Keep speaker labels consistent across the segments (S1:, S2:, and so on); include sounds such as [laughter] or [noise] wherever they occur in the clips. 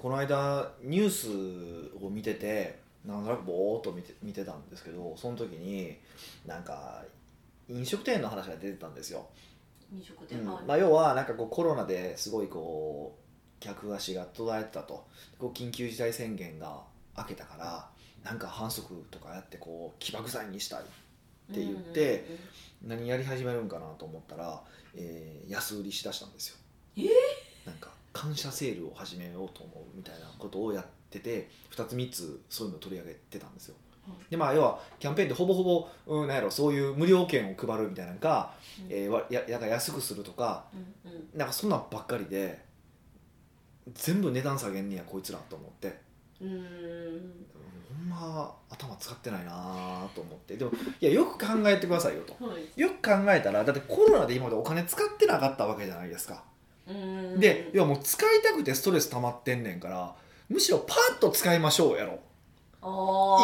S1: この間ニュースを見ててなんとなくぼーっと見て見てたんですけどその時になんか飲食店の話が出てたんですよ、
S2: 飲食
S1: う
S2: 店、
S1: ん
S2: はい
S1: まあ、要はなんかこうコロナですごいこう客足が途絶えてたとこう緊急事態宣言が明けたからなんか反則とかやってこう起爆剤にしたいって言って
S2: うんうんうんうん
S1: 何やり始めるんかなと思ったら、えー安売りしだしたんですよ、
S2: え
S1: なんか感謝セールを始めようと思うみたいなことをやってて2つ3つそういうのを取り上げてたんですよ
S2: はい
S1: でまあ要はキャンペーンってほぼほぼ、うん、なんやろそういう無料券を配るみたいなのか、
S2: うん
S1: えーわややが安くするとか
S2: うんうん
S1: なんかそんなんばっかりで全部値段下げんねやこいつらと思って
S2: うーん
S1: うんほんま頭使ってないなーと思ってでもいやよく考えてくださいよと
S2: はい
S1: よく考えたらだってコロナで今までお金使ってなかったわけじゃないですか、
S2: うーん
S1: で要はもう使いたくてストレス溜まってんねんからむしろパッと使いましょうやろ
S2: あ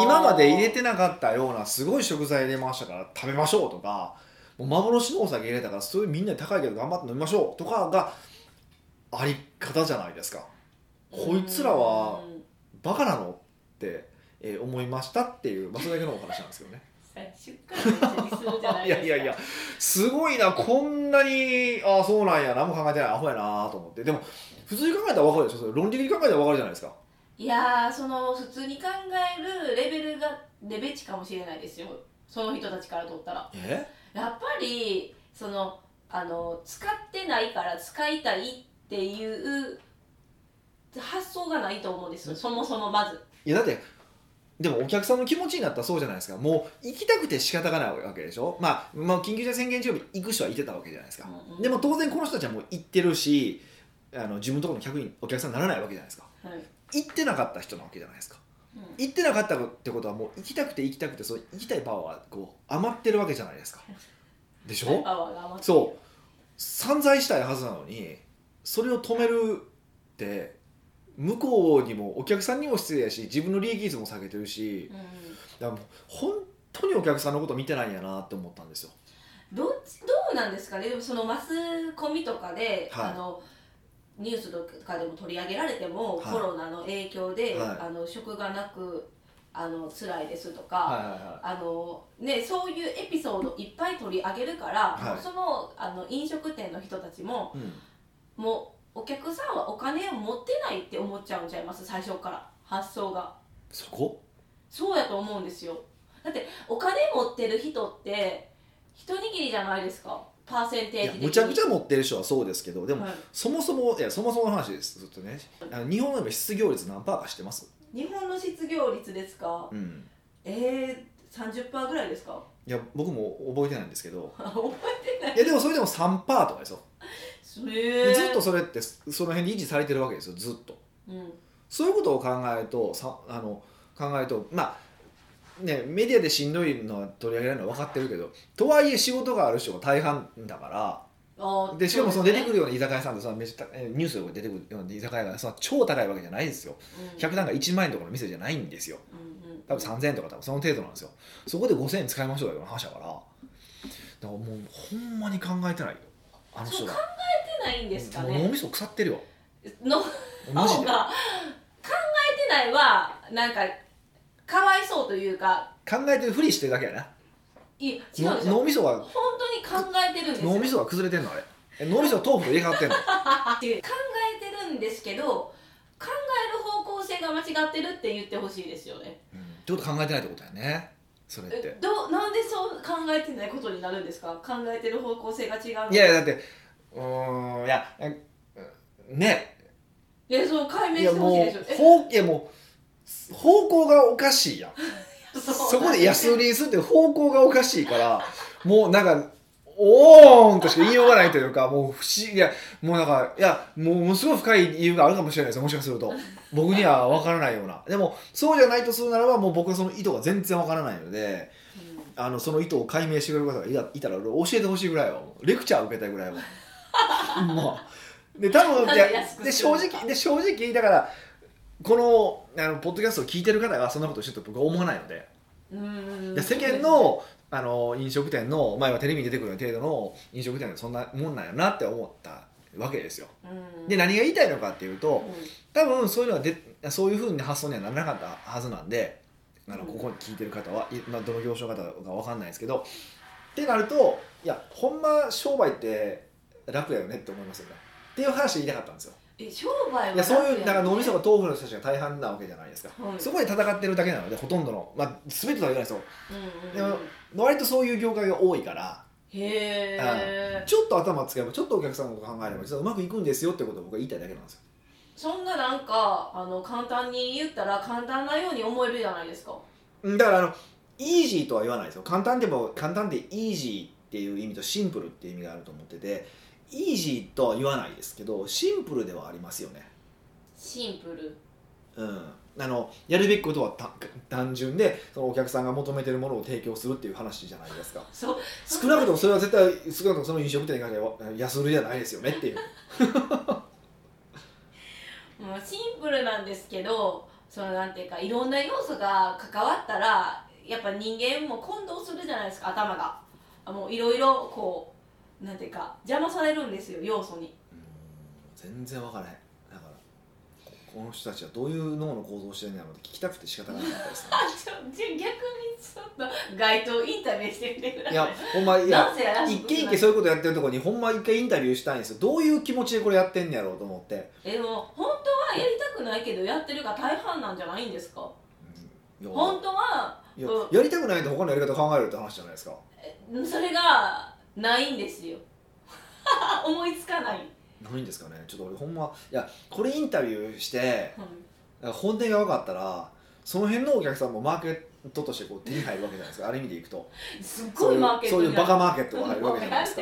S2: ー
S1: 今まで入れてなかったようなすごい食材入れましたから食べましょうとかもう幻のお酒入れたからそういうみんな高いけど頑張って飲みましょうとかがあり方じゃないですかこいつらは
S2: うん
S1: バカなのって、えー思いましたっていう、まあ、それだけのお話なんですけどね
S2: 最初から一緒にするじゃない
S1: い
S2: で
S1: や [laughs]
S2: すか
S1: いやいやすごいなこんなにああそうなんや何も考えてないアホやなと思ってでも普通に考えたら分かるでしょそれ論理的に考えたら分かるじゃないですか
S2: いやーその普通に考えるレベルがレベチかもしれないですよその人たちからとったら
S1: え
S2: やっぱりそのあの使ってないから使いたいっていう発想がないと思うんですよそもそもまず
S1: いやだってでもお客さんの気持ちになったらそうじゃないですかもう行きたくて仕方がないわけでしょ、まあ、まあ緊急事態宣言中に行く人はいてたわけじゃないですか、
S2: うんうん
S1: でも当然この人たちはもう行ってるしあの自分のところの客にお客さんにならないわけじゃないですか
S2: はい、
S1: 行ってなかった人なわけじゃないですか
S2: うん
S1: 行ってなかったってことはもう行きたくて行きたくてその行きたいパワーがこう余ってるわけじゃないですかでしょ
S2: パワーが余ってる
S1: そう散財したいはずなのにそれを止めるって向こうにもお客さんにも失礼やし自分の利益率も下げてるし
S2: うん
S1: だからもう本当にお客さんのこと見てないんやなって思ったんですよ
S2: どっちどうなんですかねでもそのマスコミとかで、
S1: はい
S2: あのニュースとかでも取り上げられても、
S1: はい
S2: コロナの影響で、
S1: はい
S2: あの職がなくあの辛いですとか、
S1: はいはいは
S2: あのね、そういうエピソードいっぱい取り上げるから、
S1: はい
S2: そのあの飲食店の人たちも
S1: い、うん、
S2: もうお客さんはお金を持ってないって思っちゃうんちゃいます最初から発想が
S1: そこ
S2: そうやと思うんですよだってお金持ってる人って一握りじゃないですかパーセン
S1: い
S2: テ
S1: や
S2: ージ的に
S1: むちゃくちゃ持ってる人はそうですけどでも、
S2: はい
S1: そもそもいやそもそもの話ですずっとねあの日本の今失業率何パーか知ってます、
S2: 日本の失業率ですか
S1: うん、
S2: えー、30%ぐらいです
S1: [laughs]
S2: か
S1: いや僕も覚えてないんですけど
S2: 覚えてない
S1: いやでもそれでも3パーとかですよ
S2: そ
S1: で
S2: れ
S1: ずっとそれってその辺に維持されてるわけですよずっと
S2: うん
S1: そういうことを考えるとさあの考えるとまあねメディアでしんどいのは取り上げられるのは分かってるけどとはいえ仕事がある人が大半だか
S2: あ
S1: ら
S2: ー
S1: でしかもその
S2: う
S1: 出
S2: で
S1: て
S2: す
S1: くるような居酒屋さんってそのめっちゃえニュースで出てくるような居酒屋がその超高いわけじゃないですよ
S2: ね
S1: 100なんか1万円とかの店じゃないんですよ
S2: うんうんうん
S1: 多分3000円とか多分その程度なんですよそこで5000円使いましょうよの話だからだからもうほんまに考えてないよあの人が
S2: ないんですか
S1: もう脳
S2: ね。
S1: みそ腐ってるよ
S2: の
S1: マジ
S2: 方
S1: で
S2: が考えてないはなんかかわいそうというか
S1: 考えてるふりしてるだけやない
S2: や違うんです
S1: の
S2: よ。
S1: 脳みそが
S2: 本当に考えてるんですよ。
S1: 脳みそが崩れてんのあれえ脳みそは豆腐と入れ替わってんの
S2: 考えてるんですけど考える方向性が間違ってるって言ってほしいですよね。
S1: うんってこと考えてないってことやねそれっ
S2: え
S1: て
S2: どうなんでそう考えてないことになるんですか。考えてる方向性が違うの。
S1: いやいやだってうーんいやえね
S2: いやそう解明
S1: い
S2: して
S1: や
S2: ほしい
S1: も
S2: ですよ
S1: う。方いやもう方向がおかしいや
S2: [laughs]
S1: ん
S2: え
S1: そこで安売りにするっていう方向がおかしいからもうなんかおーんとしか言いようがないというかもう不思議いやもうなんかいやもうものすごい深い理由があるかもしれないですよもしかすると僕には分からないようなでもそうじゃないとするならばもう僕はその意図が全然分からないので
S2: うん
S1: あのその意図を解明してくれる方がいたいたら俺教えてほしいぐらいはレクチャー受けたいぐらいは
S2: [laughs]
S1: まあで多分
S2: なん
S1: で
S2: で安く
S1: です
S2: る
S1: 正
S2: のか
S1: 直で正直だからこのあのポッドキャストを聞いてる方がそんなことしてると僕は思わないので。
S2: うん
S1: で世間のあの飲食店の前はテレビに出てくるような程度の飲食店でそんなもんなんやなって思ったわけですよ。
S2: うん
S1: で何が言いたいのかっていうと
S2: う
S1: 多分そういうのはでそういうふうな発想にはならなかったはずなんであの
S2: うん
S1: ここに聞いてる方は、いまあ、どの業種の方かわかんないですけどってなるといやほんま商売って楽やよねって思いますよねっていう話言いたかったんですよ
S2: んえ商売はい
S1: やそういうだから脳みそ
S2: が
S1: が豆腐の人たちが大半なわけじゃないですか、
S2: はい
S1: そこで戦ってるだけなのでほとんどの、まあ、全てとは言わないですよ
S2: うん
S1: で
S2: うんうん
S1: も割とそういう業界が多いから
S2: へえ
S1: ちょっと頭使えばちょっとお客さんを考えれば実はうまくいくんですよってことを僕は言いたいだけなんですよ
S2: そんななんかあの簡単に言ったら簡単なように思えるじゃないですか
S1: うんだからあのイージーとは言わないですよ簡単でも簡単でイージーっていう意味とシンプルっていう意味があると思っててイージーとは言わないですけどシンプルではありますよね
S2: シンプル
S1: うんあのやるべきことはた単純でそのお客さんが求めてるものを提供するっていう話じゃないですか
S2: そう
S1: 少なくともそれは絶対少なくともその飲食店に関しては安売りじゃないですよねっていう
S2: まあシンプルなんですけどそのなんていうかいろんな要素が関わったらやっぱ人間も混同するじゃないですか頭があもういろいろこうなんていうか邪魔されるんですよ要素に [laughs]
S1: うん全然分からへんだからここの人たちはどういう脳の構造をしてるんだろうって聞きたくて仕方がなかったですね
S2: あちょじゃあ逆にちょっと街頭インタビューしてみてください
S1: いやほんまいや
S2: なん
S1: [laughs]
S2: せやらし
S1: 一
S2: くな
S1: 軒
S2: い
S1: 一軒そういうことやってるとこにほんま一回インタビューしたいんですよどういう気持ちでこれやってんねやろうと思って、
S2: えでも本当はやりたくないけどやってるが大半なんじゃないんですか
S1: いや
S2: 本当はい
S1: や
S2: う
S1: やりたくないと他のやり方考えるって話じゃないですか
S2: それがないんですよ [laughs] 思いつかない、
S1: ないんですかねちょっと俺ほんまいやこれインタビューして
S2: うん
S1: 本音が分かったらその辺のお客さんもマーケットとしてこう手に入るわけじゃないですかある意味でいくと
S2: すっ
S1: そ
S2: ご
S1: う
S2: い
S1: いう
S2: マーケット
S1: そういうバ
S2: マ
S1: カマーケットが入るわけじゃないですか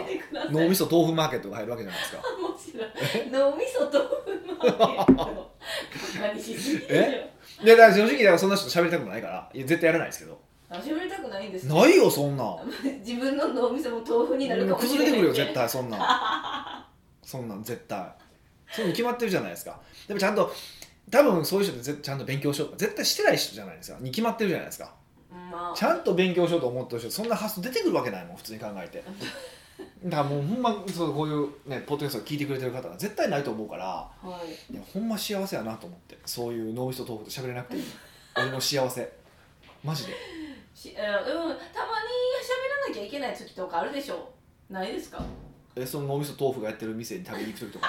S1: 脳みそ豆腐マーケットが入るわけじゃないですか
S2: 面白い脳みそ豆腐マーケットバカにしすぎでしょ
S1: いやだから正直だからそんな人と喋りたくもないからいや絶対やらないですけど
S2: 喋りたくないんですけど
S1: ないよそんなん
S2: 自分の脳みそも豆腐になるかもし
S1: 崩れ
S2: れない
S1: てくるよ絶対そん [laughs] なんそんなん絶対そういうの決まってるじゃないですかでもちゃんと多分そういう人ってぜちゃんと勉強しようと絶対してない人じゃないですかに決まってるじゃないですか
S2: ま
S1: ちゃんと勉強しようと思ってる人そんな発想出てくるわけないもん普通に考え [laughs] てだからもうほんまそうこういうねポッドキャストを聞いてくれてる方が絶対ないと思うから
S2: あはい
S1: いやほんま幸せやなと思ってそういう脳みそ豆腐と喋れなく [laughs] ていい俺も幸せマジで
S2: しえーうんたまに喋らなきゃいけない時とかあるでしょないですか
S1: えその脳みそ豆腐がやってる店に食べに行く時とか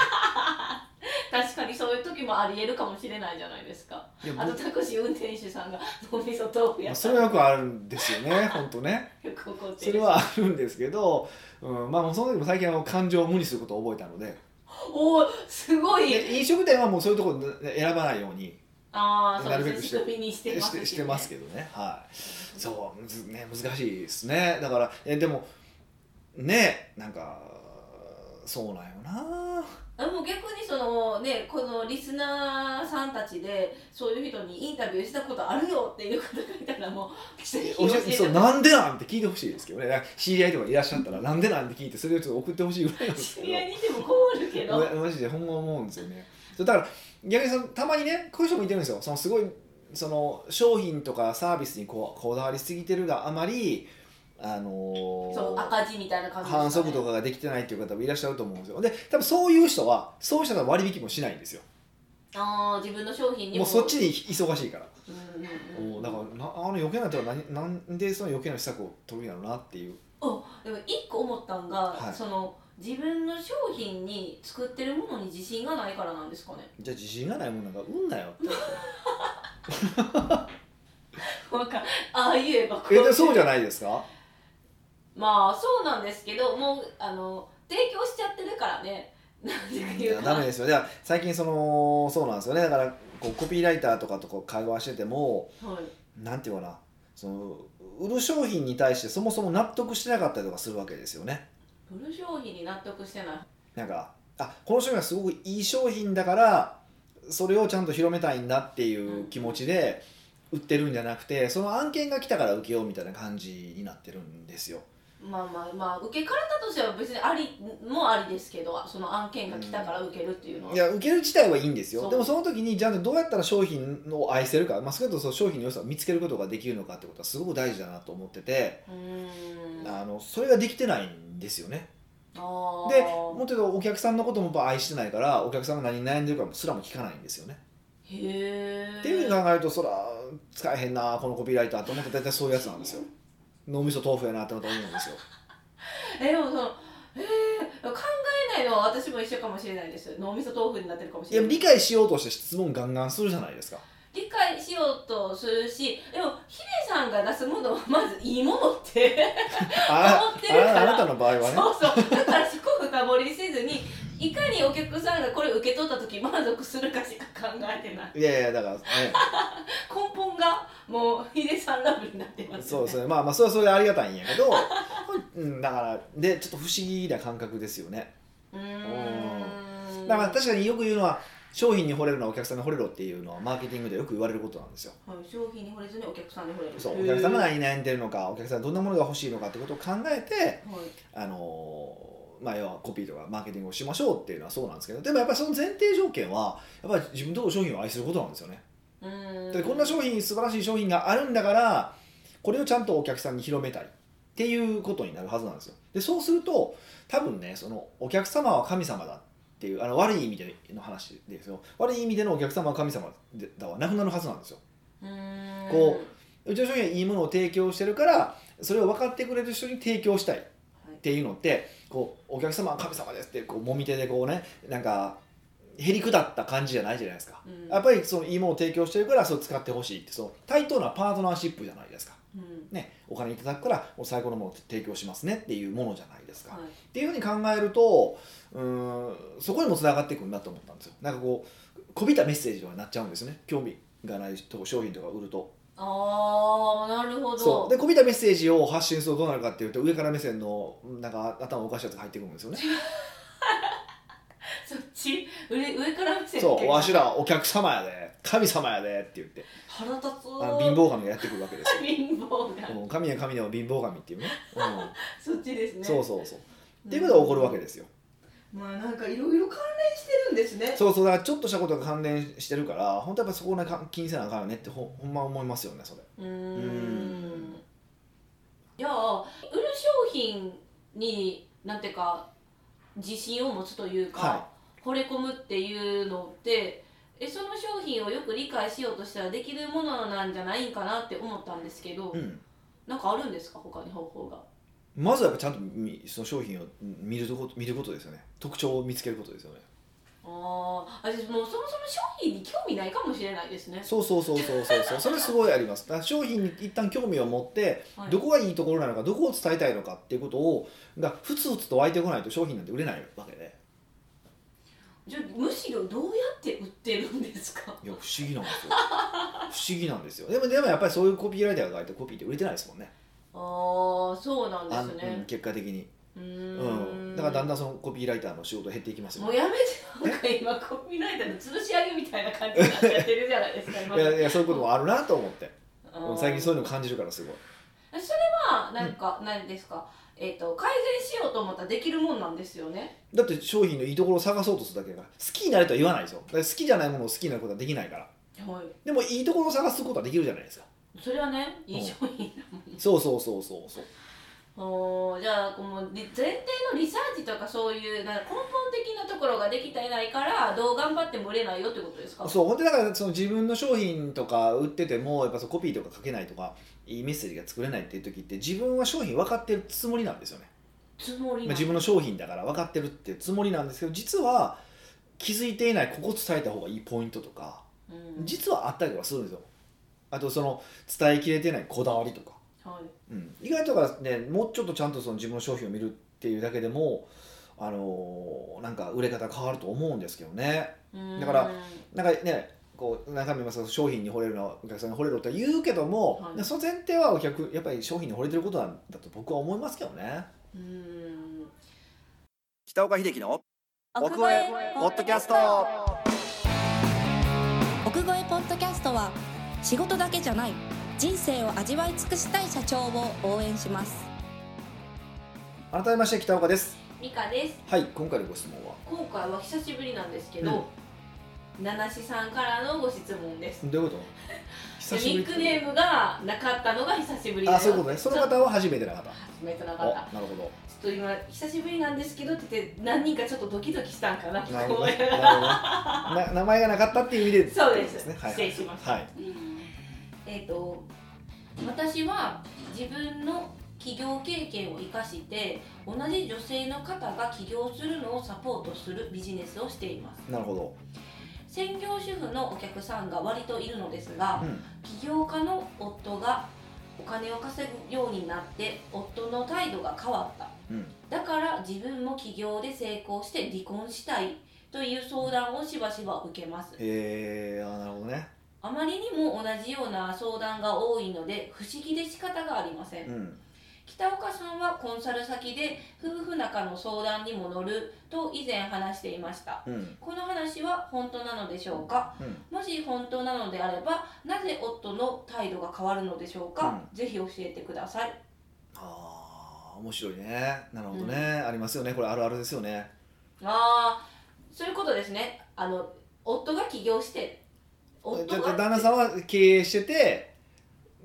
S2: 確かにそういう時もありえるかもしれないじゃないですか
S1: いや僕
S2: あとタクシー運転手さんが脳みそ豆腐
S1: ま
S2: や
S1: あ
S2: った
S1: それはよくあるんですよ
S2: [laughs]
S1: ね本当ね
S2: よく怒って
S1: そ
S2: る
S1: れはあるんですけど、うん、まあもうその時も最近あの感情を無にすることを覚えたので
S2: おおすごい
S1: で飲食店はもうそういうところ選ばないように
S2: ああ、そ
S1: な
S2: う
S1: るべ
S2: で
S1: く
S2: す
S1: し
S2: ね。
S1: て
S2: 仕組みにして
S1: え
S2: ま
S1: し
S2: す
S1: てしてますけどねはいそうむず、ね、難しいですねだからえでもねなんかそうなんよな
S2: でも逆にそのね、このリスナーさんたちでそういう人にインタビューしたことあるよっていう方がいたらもうぜひ教
S1: おし
S2: えて
S1: そうなんでなんて聞いてほしいですけどねなんか知り合いとかいらっしゃったらなんでなんて聞いてそれをちょっと送ってほしいぐらいなんです
S2: 知
S1: けど
S2: り合いにいても困るけど。
S1: マジでほんま思うんですよねそうだから逆にそのたまにねこういう人もいてるんですよそのすごいその商品とかサービスにこうこだわりすぎてるがあまりあのー
S2: そう赤字みたいな感じですかね
S1: 反則とかができてないっていう方もいらっしゃると思うんですよで多分そういう人はそういう人は割引もしないんですよ
S2: ああ自分の商品に
S1: も
S2: も
S1: うそっちに忙しいから、
S2: うんうんう
S1: お
S2: ん
S1: だからなあの余計な人は何なんでその余計な施策を取るんやろうなっていう
S2: おでも一個思ったんが、
S1: はい
S2: その自分の商品に作ってるものに自信がないからなんですかね
S1: じゃあ自信がないもんなんか運だよ
S2: [laughs]
S1: って
S2: なんかああ言えばこ
S1: えでそうじ
S2: ゃ
S1: ゃないですか
S2: まあそうなんですけどもうあの提供しちゃってるからねなんて
S1: い
S2: いう
S1: や
S2: か
S1: ダメですよだから最近そのそうなんですよねだからこうコピーライターとかとこう会話してても
S2: はい、
S1: なんていうかなその売る商品に対してそもそも納得してなかったりとかするわけですよね
S2: 売る商品に納得してない
S1: なんかあこの商品はすごくいい商品だからそれをちゃんと広めたいんだっていう気持ちで売ってるんじゃなくてその案件が来たから受けようみたいな感じになってるんですよ
S2: まあまあまあ受け方としては別にありもありですけどその案件が来たから受けるっていうのは、
S1: いや受ける自体はいいんです
S2: そ
S1: よ
S2: う
S1: でもその時にじゃあどうやったら商品を愛せるか、まあ、少なくともその商品の良さを見つけることができるのかってことはすごく大事だなと思ってて、
S2: うーんあ
S1: あのそれができてないんですよね
S2: あ
S1: でもっと言うとお客さんのこともやっぱ愛してないからお客さんが何に悩んでるかもすらも聞かないんですよね。
S2: ーへえ
S1: っていうふうに考えるとそら使えへんなこのコピーライターと思って大体そういうやつなんですよ。脳みそ豆腐やなってまた思うんですよ。
S2: [laughs] えでもそのえー、考えないのは私も一緒かもしれないです脳みそ豆腐になってるかもし
S1: い
S2: れ
S1: や
S2: ない
S1: 理解しようとして質問ガンガンするじゃないですか。
S2: 理解しようとするしでもヒデさんが出すものは [laughs] まずいいものって
S1: あ
S2: [laughs] 思ってるから
S1: ああなたの場合は
S2: そう
S1: ね。
S2: そうだからそこ深掘りせずにいかにお客さんがこれ受け取った時満足するかしか考えてない
S1: いやいやだからね
S2: 根本がもうヒデさんラブになってます
S1: そう
S2: よ
S1: で
S2: ね
S1: すねまあまあそれはそれでありがたいんやけど、 [laughs] うん、だからでちょっと不思議な感覚ですよね
S2: うーん
S1: だから確かによく言うのは商品に惚れるのはお客さんに惚れろっていうのはマーケティングでよく言われることなんですよ
S2: はい商品に惚れずにお客さんに惚れる
S1: そうお客さんが
S2: は
S1: 何
S2: い
S1: に悩んでるのかお客さんどんなものが欲しいのかってことを考えてあのーまあ、要はコピーとかマーケティングをしましょうっていうのはそうなんですけどでもやっぱりその前提条件はやっぱり自分とこの商品を愛することなんですよね
S2: うーん
S1: でこんな商品素晴らしい商品があるんだからこれをちゃんとお客さんに広めたいっていうことになるはずなんですよでそうすると多分ねそのお客様は神様だっていうあの悪い意味での話ですよ悪い意味でのお客様は神様だはなくなるはずなんですよ
S2: うーん
S1: こうちの商品はいいものを提供してるからそれを分かってくれる人に提供したいっていうのってこうお客様は神様ですってこうもみ手でこうねなんかへりくだった感じじゃないじゃないですか
S2: うん
S1: やっぱりそのいいものを提供してるからそれ使ってほしいってその対等なパートナーシップじゃないですか、
S2: うん
S1: ね、お金いただくからもう最高のものを提供しますねっていうものじゃないですか、
S2: はい
S1: っていうふうに考えるとうーんそこにもつながっていくんだと思ったんですよなんかこうこびたメッセージとかになっちゃうんですよね興味がないと商品とか売ると
S2: ああなるほど
S1: そうでこびたメッセージを発信するとどうなるかっていうと上から目線のなんか頭おかしいやつが入ってくるんです [laughs] よね
S2: そっち上上から見せ
S1: そうわし
S2: だ
S1: らお客様やで神様やでって言って
S2: 腹立つ
S1: あの貧乏神がやってくるわけですよ
S2: 貧乏が
S1: うん神は神でも貧乏神っていうね、う
S2: そっちです
S1: ん、
S2: ね
S1: そうそうそうっていうことが起こるわけですよ、
S2: まあなんかいろいろ関連してるんですね
S1: そうそうだからちょっとしたことが関連してるから本当やっぱそこをねか気にせなあかんよねってほほんま思いますよねそれ
S2: うー
S1: うん
S2: んじゃあ売る商品になんていうか自信を持つというか、
S1: は
S2: 惚れ込むっていうのってえその商品をよく理解しようとしたらできるものなんじゃないんかなって思ったんですけど、
S1: うん
S2: なんかあるんですか他に方法が
S1: まずはやっぱちゃんとみその商品を見るとこ見ることですよね特徴を見つけることですよね
S2: ああ私もうそもそも商品に興味ないかもしれないですね、
S1: そうそうそうそうそうそうそれすごいありますだから商品に一旦興味を持って
S2: はい
S1: どこがいいところなのかどこを伝えたいのかっていうことをがふつふつと湧いてこないと商品なんて売れないわけで
S2: じゃあむしろどうやって売ってるんですか
S1: いや不思議なんですよ [laughs] 不思議なんですよでもでもやっぱりそういうコピーライターが書いてコピーって売れてないですもんね
S2: ああそうなん
S1: あん
S2: です
S1: うん
S2: ね
S1: 結果的に、
S2: う
S1: う
S2: ー
S1: ん、だからだんだんそのコピーライターの仕事減っていきますよ
S2: もうやめてなんか今コピーライターの吊るし上げみたいな感じになっちゃってるじゃないですか
S1: [laughs]
S2: 今
S1: いやいやそういうこともあるなと思って
S2: うん
S1: 最近そういうの感じるからすごい
S2: それはなんか何ですか、えっ、と改善しようと思ったらできるもんなんですよね
S1: だって商品のいいところを探そうとするだけだから好きになれとは言わないですよだから好きじゃないものを好きになることはできないから
S2: はい
S1: でもいいところを探すことはできるじゃないですか
S2: それはねいい商品だ
S1: そうそうそうそうそう
S2: おーじ [laughs] ゃあこうもうり前提のリサーチとかそういうなんか根本的なところができていないからどう頑張っても売れないよってことですか
S1: そうほんでだからその自分の商品とか売っててもやっぱそのコピーとか書けないとかいいメッセージが作れないっていう時って自分は商品分かってるつもりなんですよね、
S2: つもり
S1: まあ、
S2: な
S1: 自分の商品だから分かってるってつもりなんですけど実は気づいていないここ伝えた方がいいポイントとか
S2: うん
S1: 実はあったりとかするんですよあとその伝えきれてないこだわりとか、
S2: はい
S1: うん、意外とだからねもうちょっとちゃんとその自分の商品を見るっていうだけでもあのーなんか売れ方変わると思うんですけどねだから
S2: うん
S1: なんかねこう中身はその商品に惚れるのはお客さんに惚れろって言うけども、
S2: はい
S1: その前提はお客やっぱり商品に惚れてることなんだと僕は思いますけどね
S2: うん
S1: 北岡秀樹の
S3: 奥越えポッドキャスト
S4: 奥越えポッドキャストは仕事だけじゃない人生を味わい尽くしたい社長を応援します
S1: 改めまして北岡です
S2: ミカです
S1: はい今回のご質問は
S2: 今回は久しぶりなんですけど、七七さんからのご質問です
S1: どういうこと
S2: [laughs]
S1: 久しぶり
S2: ニックネームがなかったのが久しぶりだよ
S1: あそういうことねその
S2: ちょっ
S1: 方は初めてなかった
S2: とめっちゃなか
S1: お
S2: った
S1: なるほど
S2: ちょっと今久しぶりなんですけどって言って何人かちょっとドキドキしたんか
S1: な
S2: な
S1: るほど
S2: こ
S1: ね
S2: ういう
S1: なるほどねな名前がなかったっていう意味で
S2: そうです
S1: ねはい
S2: 失礼しました
S1: はい
S2: えっ、と私は自分の起業経験を生かして同じ女性の方が起業するのをサポートするビジネスをしています
S1: なるほど
S2: 専業主婦のお客さんが割といるのですが
S1: うん
S2: 起業家の夫がお金を稼ぐようになって夫の態度が変わった
S1: うん
S2: だから自分も起業で成功して離婚したいという相談をしばしば受けます
S1: えー、あなるほどね
S2: あまりにも同じような相談が多いので不思議で仕方がありません
S1: うん
S2: 北岡さんはコンサル先で夫婦仲の相談にも乗ると以前話していました
S1: うん
S2: この話は本当なのでしょうか
S1: うん
S2: もし本当なのであればなぜ夫の態度が変わるのでしょうか、ぜひ教えてください
S1: ああ面白いねなるほどね、ありますよねこれあるあるですよね
S2: ああそういうことですねあの夫が起業して夫
S1: じゃ
S2: が
S1: あ旦那さんは経営してて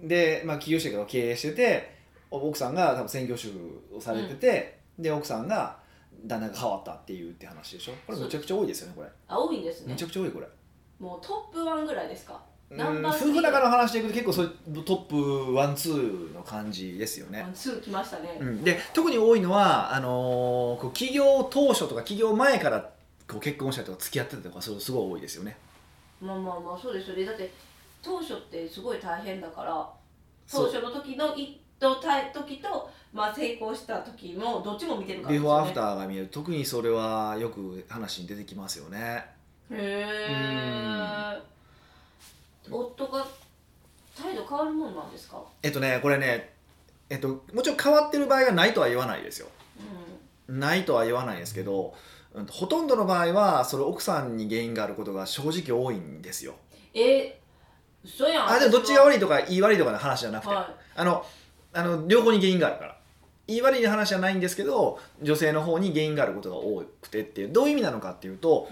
S1: でまあ起業してるけど経営してて奥さんが多分専業主婦をされてて、で奥さんが旦那が変わったっていうって話でしょこれめちゃくちゃ多いですよねこれ
S2: あ多いんですね
S1: めちゃくちゃ多いこれ
S2: もうトップ1ぐらいですか
S1: う
S2: ナン
S1: ん
S2: バー
S1: 夫
S2: スリー
S1: 婦仲の話でいくと結構そういうトップワンツーの感じですよね、
S2: すぐ来ましたね、
S1: うん、で特に多いのはあのーこう起業当初とか起業前からこう結婚したりとか付き合ってたりとかそういうのすごい多いですよね
S2: まあまあまあそうですよねだって当初ってすごい大変だから
S1: そ
S2: 当
S1: う
S2: 初の時の一度た時と、まあ、成功した時もどっちも見てるから
S1: ビ
S2: です
S1: フォー
S2: よ
S1: ア
S2: ね
S1: フターが見える特にそれはよく話に出てきますよね
S2: へえ夫が態度変わるもんなんですか
S1: えっとねこれねえっともちろん変わってる場合がないとは言わないですよ
S2: う
S1: ないとは言わないですけど、うん、ほとんどの場合はそれ奥さんに原因があることが正直多いんですよ
S2: んえー、嘘やん
S1: あでもどっちが悪
S2: い
S1: いとか言い悪いとかの話じゃなくて、
S2: は
S1: あのあの両方に原因があるから言い悪いの話じゃないんですけど女性の方に原因があることが多くてっていうどういう意味なのかっていうと,、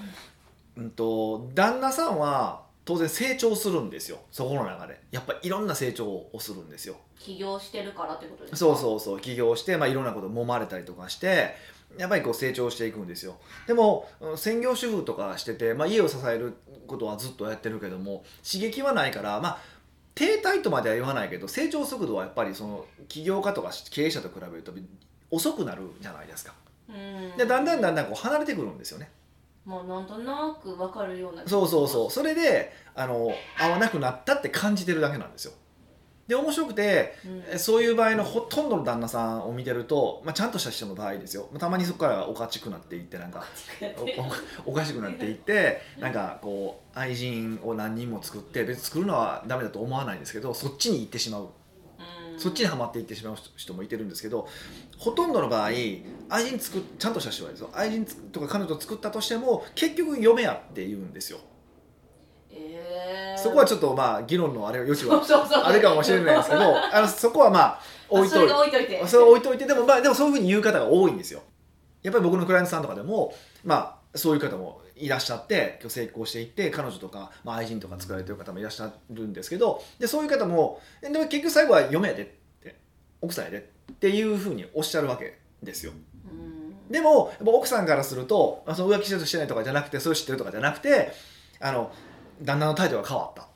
S1: うん、と旦那さんは当然成長するんですよそこの中でやっぱいろんな成長をするんですよ
S2: い起業してるからってことですか
S1: そうそうそう起業して、まあ、いろんなこと揉まれたりとかしてやっぱりこう成長していくんですよでもうん専業主婦とかしてて、まあ、家を支えることはずっとやってるけども刺激はないからまあ停滞とまでは言わないけど成長速度はやっぱりその起業家とか経営者と比べると遅くなるじゃないですか
S2: ううん
S1: でだんだんだんだんこう離れてくるんですよね
S2: もうなんとなく分かるような
S1: そうそうそうそれであの合わなくなったって感じてるだけなんですよで面白くて
S2: う、うん、
S1: えそういう場合のほとんどの旦那さんを見てると、まあ、ちゃんとした人の場合ですよまあたまにそこからおかしくなっていってなんかおおおかしくなっていってなんかこう愛人を何人も作って別に作るのはダメだと思わないんですけどそっちに行ってしまう
S2: うん
S1: そっちにはまっていってしまう人もいてるんですけどほとんどの場合愛人作っちゃんとした人はですよ愛人つとか彼女を作ったとしても結局嫁やって言うんですよ
S2: えー、
S1: そこはちょっとまあ議論のあれ余地は
S2: そうそうそう
S1: あるかもしれないですけどあのそこはまあ置い
S2: [laughs] あそ
S1: とい
S2: れ
S1: て
S2: が。置いといて
S1: それを置いといてでもまあでもそういうふうに言う方が多いんですよやっぱり僕のクライアントさんとかでもまあそういう方もいらっしゃって今日成功していって彼女とか、まあ、愛人とか作られてる方もいらっしゃるんですけどでそういう方もえでも結局最後は嫁やでって奥さんやでっていうふうにおっしゃるわけですよ
S2: うん
S1: でもやっぱ奥さんからすると、まあ、その浮気してるとしてないとかじゃなくてそういう知ってるとかじゃなくてあの旦那の態度が変わった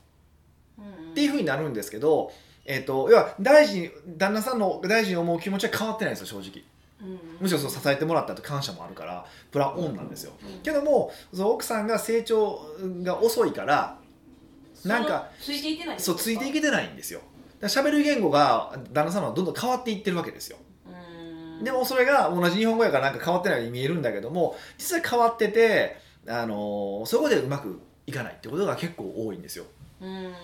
S2: うん
S1: っていうふうになるんですけど、えっと要は大事に旦那さんの大事に思う気持ちは変わってないんですよ正直
S2: うん
S1: むしろそう支えてもらったと感謝もあるからプラオンなんですよ
S2: うん
S1: けどもその奥さんが成長が遅いからなんか
S2: そのついていてない
S1: そうついてい
S2: け
S1: けてないんですよだから喋る言語が旦那様はどんどん変わっていってるわけですよでもそれが同じ日本語やからなんか変わってないように見えるんだけども実際変わってて、あのーそこでうまくいかないってことが結構多いんですよ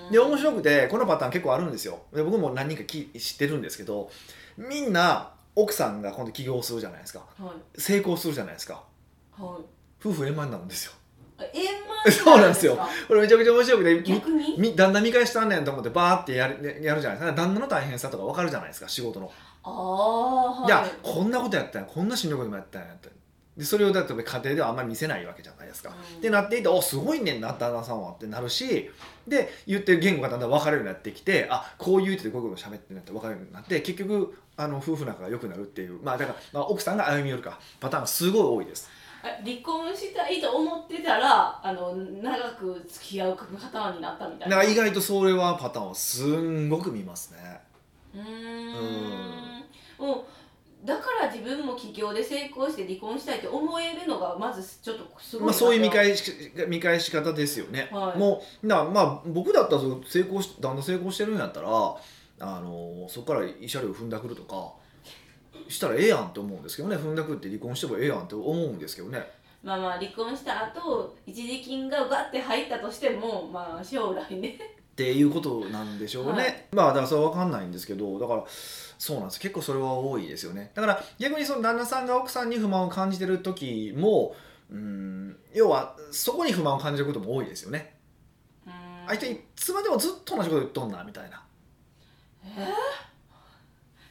S1: で面白くてこのパターン結構あるんですよで僕も何人かき知ってるんですけどみんな奥さんが今度起業するじゃないですか
S2: はい
S1: 成功するじゃないですか
S2: はい
S1: 夫婦円満なんですよ
S2: あ円満
S1: そうなんですよこれめちゃくちゃ面白くてみ
S2: 逆に
S1: み旦那見返したんねんと思ってバーってやるやるじゃないですか旦那の大変さとか分かるじゃないですか仕事の、
S2: ああはい
S1: い、やこんなことやったんやこんなしんどいこともやったんやってでそれをだって家庭ではあんまり見せないわけじゃないですか。
S2: うん
S1: ってなっていたおすごいねんな旦那さんはってなるしで言ってる言語がだんだん分かるようになってきてあこう言うててこういうこと喋ってるなって分かるようになって結局あの夫婦仲が良くなるっていうまあだから、まあ、奥さんが歩み寄るかパターンがすごい多いです。
S2: あ離婚したいと思ってたらあの長く付き合う方になったみた
S1: だか
S2: いな
S1: ら意外とそれはパターンをすんごく見ますね。
S2: うーんもうだから自分も起業で成功して離婚したいって思えるのがまずちょっとすごいな
S1: まあ、そういう見
S2: と
S1: 返し見返し方ですよね、
S2: はい
S1: もうなまあ僕だったらその成功し旦那成功してるんやったらあのそこから慰謝料踏んだくるとかしたらええやんって思うんですけどね踏んだくって離婚してもええやんって思うんですけどね
S2: まあまあ離婚した後一時金がガって入ったとしてもまあ将来ね
S1: っていうことなんでしょうね、
S2: はい
S1: まあだからそれは分かんないんですけどだからそうなんです結構それは多いですよねだから逆にその旦那さんが奥さんに不満を感じてる時もうん要はそこに不満を感じることも多いですよね
S2: うーん
S1: 相手いつまでもずっと同じこと言っとんなみたいな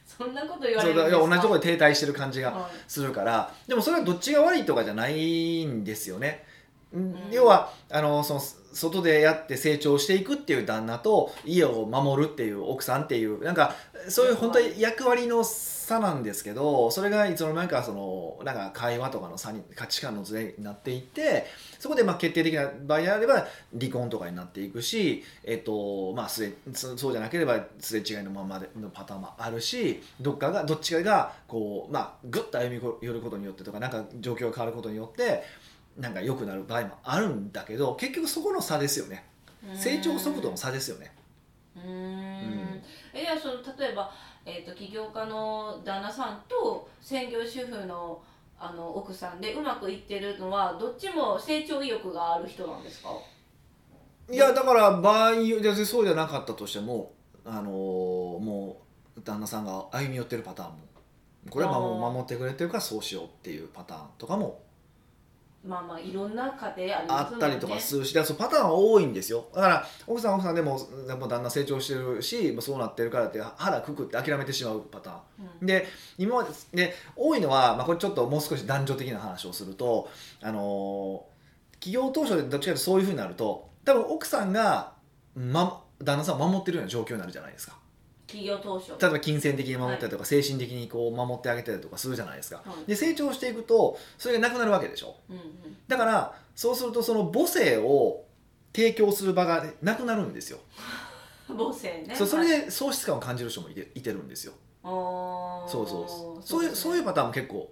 S2: そんなこと言われ
S1: そ
S2: る
S1: うん
S2: で
S1: だ
S2: す
S1: い
S2: か
S1: や同じところで停滞してる感じが
S2: はい
S1: するからでもそれはどっちが悪いとかじゃないんですよね。ん
S2: ん
S1: 要はあのその外でやって成長していくっていう旦那と家を守るっていう奥さんっていうなんかそういう本当に役割の差なんですけどそれがいつの間にかそのなんか会話とかの差に価値観のズレになっていってそこでまあ決定的な場合であれば離婚とかになっていくし、えっとまあ、すれそそうじゃなければすれ違いのままでのパターンもあるしどっかがどっちかがこう、まあ、ぐっと歩み寄ることによってとかなんか状況が変わることによってなんか良くなる場合もあるんだけど結局そこの差ですよね成長速度の差ですよね。
S2: うー
S1: ん
S2: んえじゃあその例えば、えー、と起業家の旦那さんと専業主婦のあの奥さんでうまくいってるのはどっちも成長意欲がある人なんですか
S1: いやだから場合によってそうじゃなかったとしても、あのーもう旦那さんが歩み寄ってるパターンもこれは守
S2: あー
S1: 守ってくれてるからそうしようっていうパターンとかも
S2: まあまあいろんな家庭ありますもんね
S1: あったりとかするし、だからそうパターンは多いんですよだから奥さんは奥さんでもでも旦那成長してるしもうそうなってるからって腹くくって諦めてしまうパターン
S2: うん
S1: で今までで多いのは、まあ、これちょっともう少し男女的な話をすると、あのー企業当初でどっちかというとそういうふうになると多分奥さんが、ま、旦那さんを守ってるような状況になるじゃないですか
S2: 企業当初
S1: 例えば金銭的に守ったりとか、精神的にこう守ってあげたりとかするじゃないですか
S2: はい
S1: で成長していくとそれがなくなるわけでしょ
S2: うんうん
S1: だからそうするとその母性を提供する場がなくなるんですよ、
S2: 母性ね
S1: そうそ
S2: はい
S1: れで喪失感を感じる人もいていてるんですよ
S2: あー
S1: そうそうそういうそういう
S2: う
S1: パターンも結構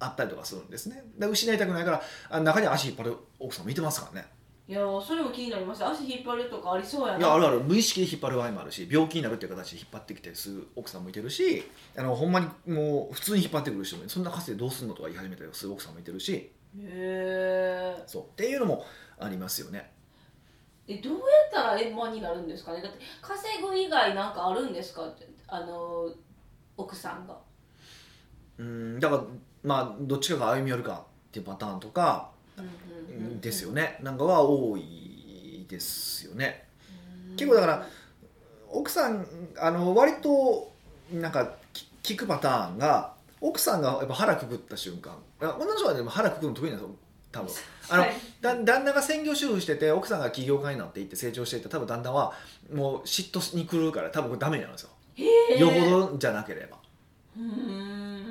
S1: あったりとかするんですねだから失いたくないからあ中には足引っ張る奥さんもいてますからね
S2: いやーそれも気になりました足引っ張るとかありそうやない
S1: やあるある無意識で引っ張る場合もあるし病気になるっていう形で引っ張ってきてする奥さんもいてるしあのほんまにもう普通に引っ張ってくる人もいるそんなかつてどうすんのとか言い始めたりする奥さんもいてるし
S2: へー
S1: そうっていうのもありますよね
S2: えどうやったら円満になるんですかねだって稼ぐ以外なんかあるんですかってあのー奥さんが
S1: うんだからまあどっちかが歩み寄るかっていうパターンとかですよ
S2: ね
S1: ねなんかは多いですよね結構だから奥さんあの割となんかき聞くパターンが奥さんがやっぱ腹くくった瞬間あ女の人はでも腹くくるの得意なんですよ多分あの
S2: はい
S1: だ旦那が専業主婦してて奥さんが起業家になっていって成長していって多分旦那はもう嫉妬に狂うから多分これダメなんですよ、
S2: へー
S1: よほどじゃなければ
S2: うーん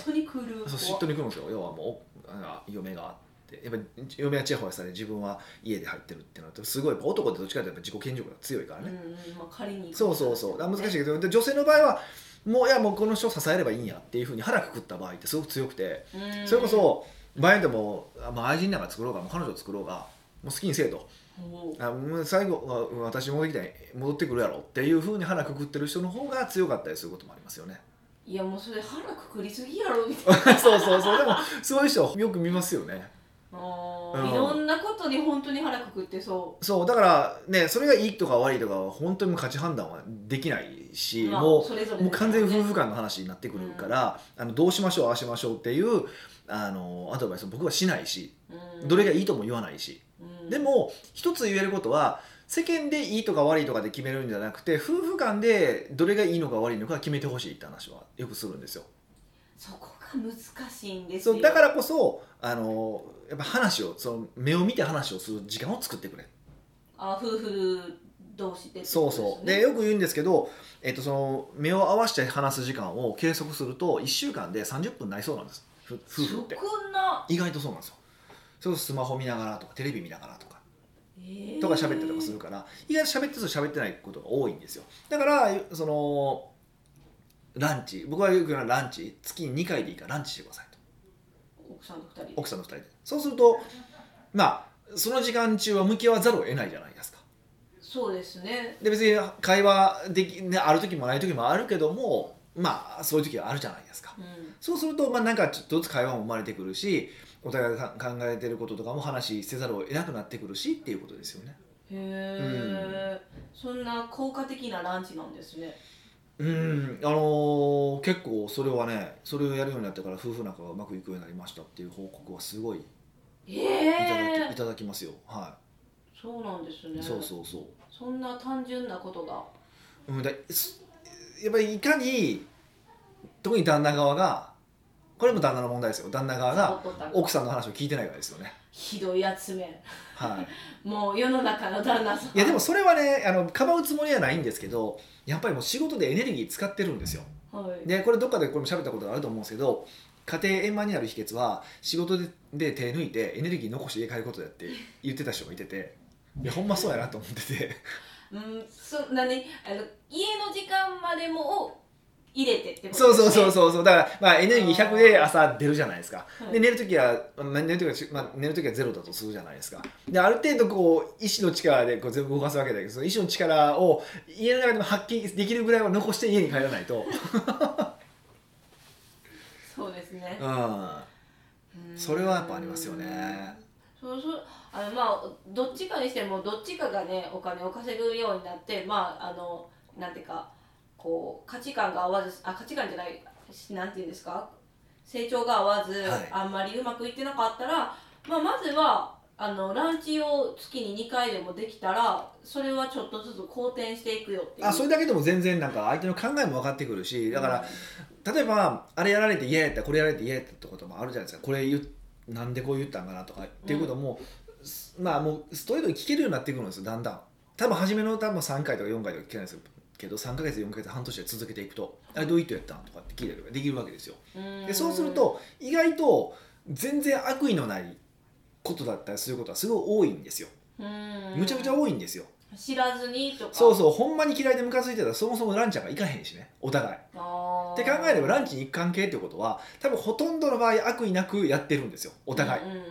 S2: 人に来る
S1: そう嫉妬に来るんですよ要はもうおなんか嫁があってやっぱり嫁がちやほやされ自分は家で入ってるってなるとすごいやっぱ男ってどっちかというとやっぱ自己顕示欲が強いからね、
S2: うんうんまあ借りに行く
S1: そうそうそうあ難しいけどで女性の場合はもういやもうこの人を支えればいいんやっていうふうに腹くくった場合ってすごく強くて
S2: うん
S1: それこそ場合でもあまあ愛人なんか作ろうがもう彼女作ろうがもう好きにせえと
S2: おー
S1: あもう最後はうん私戻ってきたら戻ってくるやろっていうふうに腹くくってる人の方が強かったりすることもありますよ
S2: [laughs]
S1: ね
S2: いやもうそれ腹くくりすぎやろみたい
S1: [laughs]
S2: な
S1: そうそうそうでもそういう人よく見ますよね
S2: あ
S1: うん
S2: ーいろんなことに本当に腹くくってそ、
S1: そうだからねそれがいいとか悪いとかは本当にもう価値判断はできないうし、
S2: まあ
S1: もう
S2: それぞれ
S1: もう完全に夫
S2: 婦
S1: 婦間の話になってくるから、あのどうしましょうああしましょうっていうあのアドバイスを僕はしないしどれがいいとも言わないし、でも一つ言えることは世間でいいとか悪いとかで決めるんじゃなくて夫婦間でどれがいいのか悪いのか決めてほしいって話はよくするんですよ。
S2: そこか難しいんですよ
S1: そうだからこそあのやっぱ話をその目を見て話をする時間を作ってくれ
S2: あ夫婦同士でって
S1: そ
S2: こ
S1: う
S2: とですね
S1: そうでよく言うんですけど、えっと、その目を合わせて話す時間を計測すると1週間で30分になりそうなんですふ夫婦って
S2: そんな
S1: 意外とそうなんですよそれこそスマホ見ながらとかテレビ見ながらとか
S2: えー
S1: とか喋ったりとかするから、意外と喋ってると喋ってないことが多いんですよだからそのランチ僕はよく言うのはランチ月に2回でいいからランチしてくださいと
S2: 奥さんと二人
S1: 奥さんの2人でそうするとまあその時間中は向き合わざるを得ないじゃないですか
S2: そうですね
S1: で別に会話でき、ね、ある時もない時もあるけどもまあそういう時はあるじゃないですか
S2: うん
S1: そうするとまあなんかちょっとずつ会話も生まれてくるしお互いが考えてることとかも話せざるを得なくなってくるしっていうことですよね
S2: へえ、そんな効果的なランチなんですね
S1: うんあのー結構それはねそれをやるようになってから夫婦仲がうまくいくようになりましたっていう報告はすごいい
S2: え
S1: ただき,、
S2: え
S1: いただきますよは
S2: そうなんです
S1: い、
S2: ね
S1: そうそうそう
S2: そんな単純なことが
S1: うん、だすやっぱりいかに特に旦那側がこれも旦那の問題ですよ旦那側が
S2: 起こった
S1: 奥さんの話を聞いてないからですよね、
S2: ひどいやつめ
S1: はい、
S2: もう世の中の旦那さん
S1: いやでもそれはねあのかばうつもりはないんですけどやっぱりもう仕事でエネルギー使ってるんですよ
S2: はい
S1: でこれどっかでこれも喋ったことがあると思うんですけど家庭円満になる秘訣は仕事でで手抜いてエネルギー残して家帰ることだって言ってた人がいてていやほんまそうやなと思ってて
S2: うんそんなねあの家の時間までもを入れてってこと
S1: そうそうそう
S2: そ
S1: そうそうだから、まあ、エネルギー100で朝出るじゃないですか
S2: う
S1: で寝るときは、まあ寝るときは、まあ、寝るときはゼロだとするじゃないですか。で、ある程度こう、意志の力でこう全部動かすわけだけど、その意志の力を家の中でも発揮できるぐらいは残して家に帰らないと。
S2: そうですね
S1: う
S2: うん
S1: ん。それはやっぱありますよね。
S2: そうそうあのまあどっちかにしてもどっちかがねお金を稼ぐようになってまああのなんていうかこう価値観が合わずあ価値観じゃないしなんていうんですか成長が合わず、
S1: はい
S2: あんまりうまくいってなかったら、まあ、まずはあのランチを月に2回でもできたらそれはちょっとずつ好転していくよっていう
S1: あ、それだけでも全然なんか相手の考えも分かってくるし、だから、例えば、あれやられて嫌やった、これやられて嫌やったってこともあるじゃないですか。これ言っなんでこう言ったんかなとかっていうことも、すまあもうストレートに聞けるようになってくるんですよ、だんだん。多分初めの多分3回とか4回とか聞けないですけど、3ヶ月、4ヶ月、半年で続けていくと、あれどういう人やったんとかって聞いたりとかできるわけですよ。
S2: うん
S1: でそうすると、意外と全然悪意のないことだったりすることはすごい多いんですよ。
S2: うん
S1: むちゃくちゃ多いんですよ。
S2: 知らずにとか
S1: そうそう、ほんまに嫌いでムカついてたら、そもそもランチなんか行かへんしね、お互い。
S2: あー
S1: って考えればランチに行く関係ってことは多分ほとんどの場合悪意なくやってるんですよお互い、
S2: うんうんうん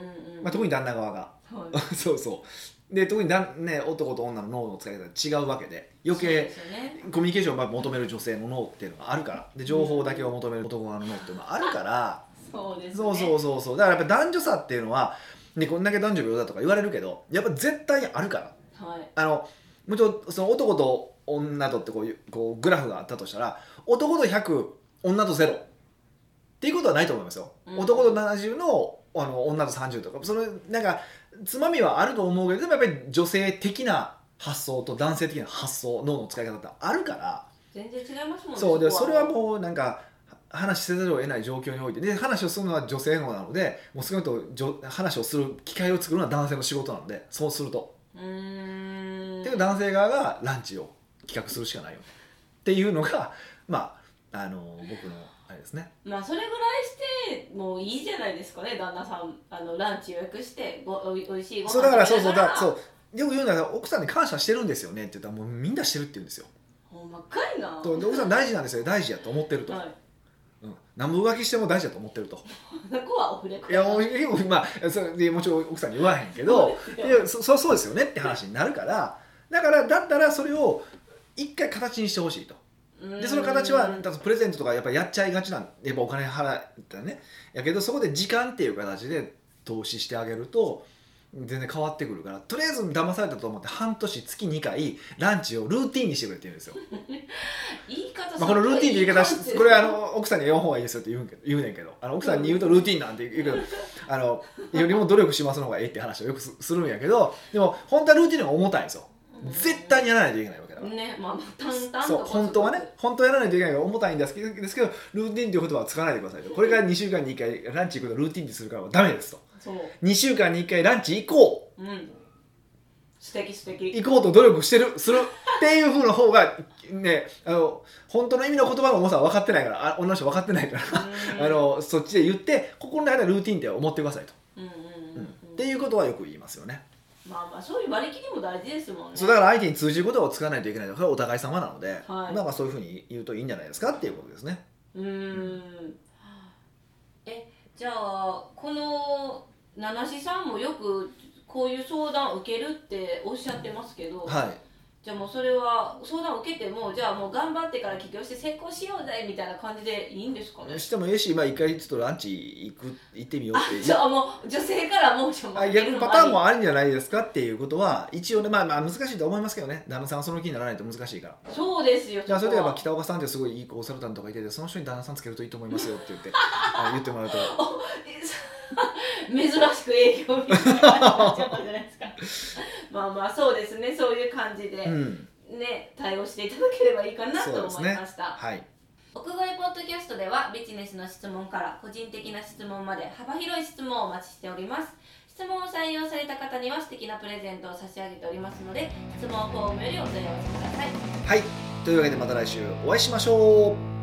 S1: まあ、特に旦那側が [laughs]
S2: はい
S1: そうそうで特にだん、ね、男と女の脳の使い方が違うわけで余
S2: そうで
S1: 計
S2: すよね
S1: コミュニケーションをまあ求める女性の脳っていうのがあるからで情報だけを求める男側の脳っていうのがあるから
S2: そうです
S1: そ
S2: ね
S1: うそうそうそうだからやっぱ男女差っていうのは、ね、こんだけ男女平等だとか言われるけどやっぱ絶対にあるから
S2: はい
S1: あのもちろんその男と女とってこういうこうグラフがあったとしたら男と100女と0っていうことはないと思いますよ、
S2: うん
S1: 男と70のあの女と30とかそのなんかつまみはあると思うけどでもやっぱり女性的な発想と男性的な発想脳の使い方ってあるから
S2: 全然違いますもんね
S1: そうでそれは
S2: う
S1: もうなんかは話せざるを得ない状況においてで話をするのは女性の方なのでもう少なくともじょ話をする機会を作るのは男性の仕事なのでそうすると。
S2: うーん
S1: っていう男性側がランチを企画するしかないよねっていうのがまああの僕のあれですね
S2: まあそれぐらいしてもういいじゃないですかね旦那さんあのランチ予約してごおいおいしいご飯
S1: そうだからそう
S2: 食
S1: そ
S2: べ
S1: う
S2: なが
S1: だそうよく言うのは奥さんに感謝してるんですよねって言ったらもうみんなしてるって言うんですよ
S2: ほんまかいな
S1: とで奥さん大事なんですよ大事やと思ってると、
S2: はい
S1: うん、何も浮気しても大事だと思ってると
S2: そこはオフレコ
S1: いやもうでもまあそれでもちろん奥さんに言わへんけど
S2: そう
S1: い
S2: ですよ
S1: やそそうそうですよねって話になるからだからだったらそれを一回形にしてほしいとでその形は
S2: うん
S1: だからプレゼントとかやっぱやっちゃいがちなんやっぱお金払ったらねやけどそこで時間っていう形で投資してあげると全然変わってくるからとりあえず騙されたと思って半年月2回ランチをルーティンにしてくれって言うん
S2: [laughs]
S1: ですよ、
S2: 言い方
S1: まあ、このルーティンって言い方
S2: すごい
S1: しこれはあの奥さんに言わん方がいいですよって言うんけど言うねんけどあの奥さんに言うとルーティンなんて言うけどあのよりも努力しますの方がいいって話をよくすするんやけどでも本当はルーティンの方が重たいんですよ絶対にやらないといけないわけいな。
S2: ねまあまあ淡々
S1: そう
S2: と
S1: 本当はね本当はやらないといけないから重たいんですけどですけどルーティンという言葉は使わないでくださいとこれから2週間に1回ランチ行くのルーティンにするからはダメですと
S2: そう
S1: 2週間に1回ランチ行こう
S2: うん素敵素敵
S1: 行こうと努力してるするっていう風の方がねあの本当の意味の言葉の重さは分かってないからあ女の人分かってないから
S2: うん
S1: あのそっちで言って心の中でルーティンって思ってくださいと、
S2: うんうんう
S1: うん
S2: ん
S1: っていうことはよく言いますよね
S2: まあまあそういう割り切りも大事ですもんね
S1: そうだから相手に通じることを使わないといけないのはお互い様なので、
S2: はい
S1: まあまあそういうふうに言うといいんじゃないですかっていうことですね
S2: うーんえじゃあこの七志さんもよくこういう相談受けるっておっしゃってますけど、
S1: はい
S2: じゃあもうそれは相談受けてもじゃあもう頑張ってから起業して成功しようぜみたいな感じでいいんですかね
S1: してもいいし、まあ、一回ちょっとランチ行く行ってみよう
S2: あ
S1: ってい
S2: じ
S1: う
S2: ゃあもう女性からもうじゃあもう
S1: あ逆パターンもあるんじゃないですかっていうことは一応ね、まあ、まあ難しいと思いますけどね旦那さんはその気にならないと難しいから
S2: そうですよ
S1: じゃあそれで
S2: こ
S1: はまあ
S2: は
S1: 北岡さんってすごいいいコンサルタントがいててその人に旦那さんつけるといいと思いますよって言ってあ言ってもらうと
S2: [laughs] 珍しく営業みたいになっちゃったじゃないですかまあまあそうですねそういう感じで、
S1: うん
S2: ね対応していただければいいかなと思いま
S1: そうですね
S2: した、
S1: はい
S2: 屋外ポッドキャストではビジネスの質問から個人的な質問まで幅広い質問をお待ちしております質問を採用された方には素敵なプレゼントを差し上げておりますので質問フォームよりお問い合わせください
S1: はいというわけでまた来週お会いしましょう